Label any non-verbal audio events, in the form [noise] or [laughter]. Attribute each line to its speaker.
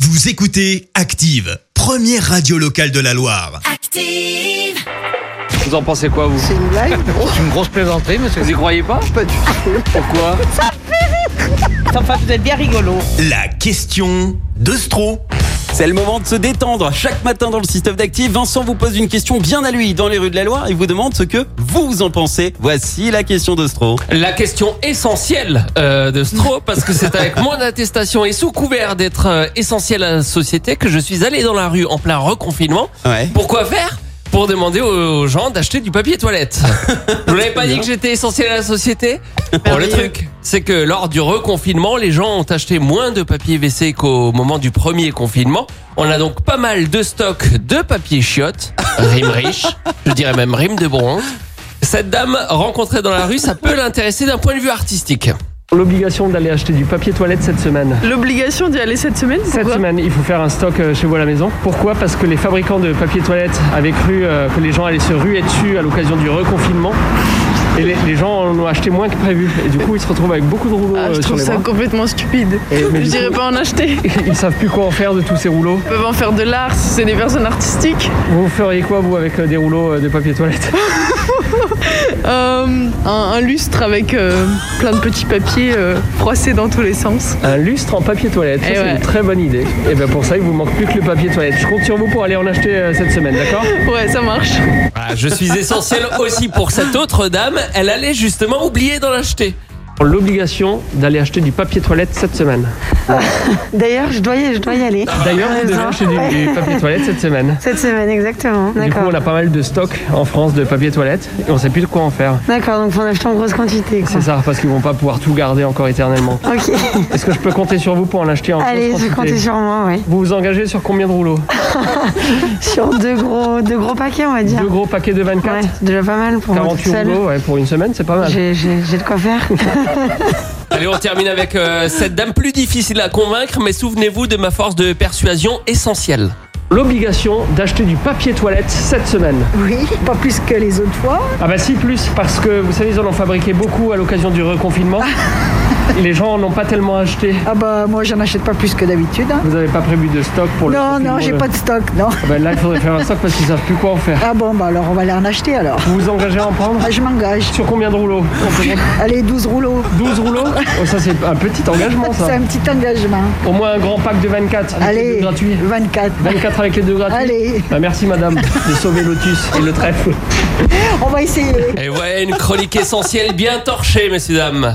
Speaker 1: Vous écoutez Active, première radio locale de la Loire.
Speaker 2: Active.
Speaker 3: Vous en pensez quoi, vous
Speaker 4: C'est une
Speaker 3: [laughs]
Speaker 4: blague drôle.
Speaker 3: C'est une grosse plaisanterie, monsieur. Vous y croyez pas
Speaker 4: Pas du tout.
Speaker 3: Pourquoi
Speaker 4: Enfin, vous êtes bien rigolo.
Speaker 1: La question de Stro.
Speaker 5: C'est le moment de se détendre. Chaque matin dans le système d'actifs, Vincent vous pose une question bien à lui dans les rues de la Loire. Il vous demande ce que vous en pensez. Voici la question de Stro.
Speaker 3: La question essentielle euh, de Stro, parce que c'est avec moins d'attestation et sous couvert d'être euh, essentiel à la société que je suis allé dans la rue en plein reconfinement.
Speaker 5: Ouais.
Speaker 3: Pourquoi faire pour demander aux gens d'acheter du papier toilette. Je vous l'avais pas dit que j'étais essentiel à la société Bon, le truc, c'est que lors du reconfinement, les gens ont acheté moins de papier WC qu'au moment du premier confinement. On a donc pas mal de stocks de papier chiottes, rime riche, je dirais même rime de bronze. Cette dame rencontrée dans la rue, ça peut l'intéresser d'un point de vue artistique.
Speaker 6: L'obligation d'aller acheter du papier toilette cette semaine.
Speaker 7: L'obligation d'y aller cette semaine,
Speaker 6: Cette
Speaker 7: pourquoi
Speaker 6: semaine, il faut faire un stock euh, chez vous à la maison. Pourquoi Parce que les fabricants de papier toilette avaient cru euh, que les gens allaient se ruer dessus à l'occasion du reconfinement. Et les, les gens en ont acheté moins que prévu. Et du coup, ils se retrouvent avec beaucoup de rouleaux euh,
Speaker 7: Ah, je
Speaker 6: sur
Speaker 7: trouve
Speaker 6: les
Speaker 7: ça
Speaker 6: bras.
Speaker 7: complètement stupide. [laughs]
Speaker 6: Et- mais
Speaker 7: je
Speaker 6: du
Speaker 7: dirais
Speaker 6: coup-
Speaker 7: pas en acheter.
Speaker 6: Ils savent plus quoi en faire de tous ces rouleaux.
Speaker 7: Ils peuvent en faire de l'art si c'est des personnes artistiques.
Speaker 6: Vous feriez quoi, vous, avec euh, des rouleaux euh, de papier toilette
Speaker 7: Euh, un, un lustre avec euh, plein de petits papiers euh, froissés dans tous les sens.
Speaker 6: Un lustre en papier toilette, ça,
Speaker 7: Eh
Speaker 6: c'est
Speaker 7: ouais.
Speaker 6: une très bonne idée. Et bien pour ça, il vous manque plus que le papier toilette. Je compte sur vous pour aller en acheter euh, cette semaine, d'accord
Speaker 7: Ouais, ça marche.
Speaker 3: Voilà, Ah, je suis essentiel aussi pour cette autre dame, elle allait justement oublier d'en acheter.
Speaker 6: L'obligation d'aller acheter du papier toilette cette semaine.
Speaker 8: D'ailleurs, je dois, y, je dois y aller.
Speaker 6: D'ailleurs, vous devez
Speaker 8: Ah, Raison.
Speaker 6: acheter du,
Speaker 8: [laughs]
Speaker 6: du papier toilette cette semaine.
Speaker 8: Cette semaine, exactement.
Speaker 6: Du coup,
Speaker 8: D'accord.
Speaker 6: on a pas mal de stocks en France de papier toilette et on sait plus de quoi en faire.
Speaker 8: D'accord, donc faut en acheter en grosse quantité. quoi.
Speaker 6: C'est ça, parce qu'ils vont pas pouvoir tout garder encore éternellement.
Speaker 8: Ok,
Speaker 6: Est-ce que je peux compter sur vous pour en acheter en
Speaker 8: allez,
Speaker 6: grosse
Speaker 8: je
Speaker 6: quantité
Speaker 8: comptais sur moi, ouais.
Speaker 6: Vous vous engagez sur combien de rouleaux
Speaker 8: Sur deux gros, deux gros paquets, on va dire.
Speaker 6: Deux gros paquets de 24
Speaker 8: Ouais, c'est déjà pas mal pour moi toute
Speaker 6: 48
Speaker 8: seule.
Speaker 6: rouleaux, ouais, pour une semaine, c'est pas mal.
Speaker 8: J'ai j'ai- j'ai de quoi faire.
Speaker 3: Allez, on termine avec euh, cette dame plus difficile à convaincre, mais souvenez-vous de ma force de persuasion essentielle.
Speaker 6: L'obligation d'acheter du papier toilette cette semaine.
Speaker 9: Oui, pas plus que les autres fois.
Speaker 6: Ah bah si, plus, parce que vous savez, ils en ont fabriqué beaucoup à l'occasion du
Speaker 8: [laughs]
Speaker 6: reconfinement. Et les gens n'ont pas tellement acheté.
Speaker 9: Ah bah moi j'en achète pas plus que d'habitude. hein.
Speaker 6: Vous avez pas prévu de stock pour le
Speaker 9: Non,
Speaker 6: confinement,
Speaker 9: non, j'ai
Speaker 6: le-
Speaker 9: pas de stock, non.
Speaker 6: Ah bah là, il faudrait faire un stock parce qu'ils savent plus quoi en faire.
Speaker 9: Ah bon, bah alors on va aller en acheter alors.
Speaker 6: Vous vous engagez à en prendre
Speaker 9: Ah, je m'engage.
Speaker 6: Sur combien de rouleaux
Speaker 9: Allez, 12 rouleaux.
Speaker 6: 12 rouleaux
Speaker 9: [laughs]
Speaker 6: Oh, Ça, c'est un petit engagement,
Speaker 9: C'est
Speaker 6: ça.
Speaker 9: un petit engagement.
Speaker 6: Au moins un grand pack de 24 avec les
Speaker 9: Allez,
Speaker 6: deux gratuits.
Speaker 9: 24.
Speaker 6: 24 avec les deux gratuits.
Speaker 9: Allez,
Speaker 6: Bah, merci, madame, de sauver Lotus et le trèfle.
Speaker 9: on va essayer.
Speaker 3: Et ouais, une chronique essentielle bien torchée, messieurs, dames.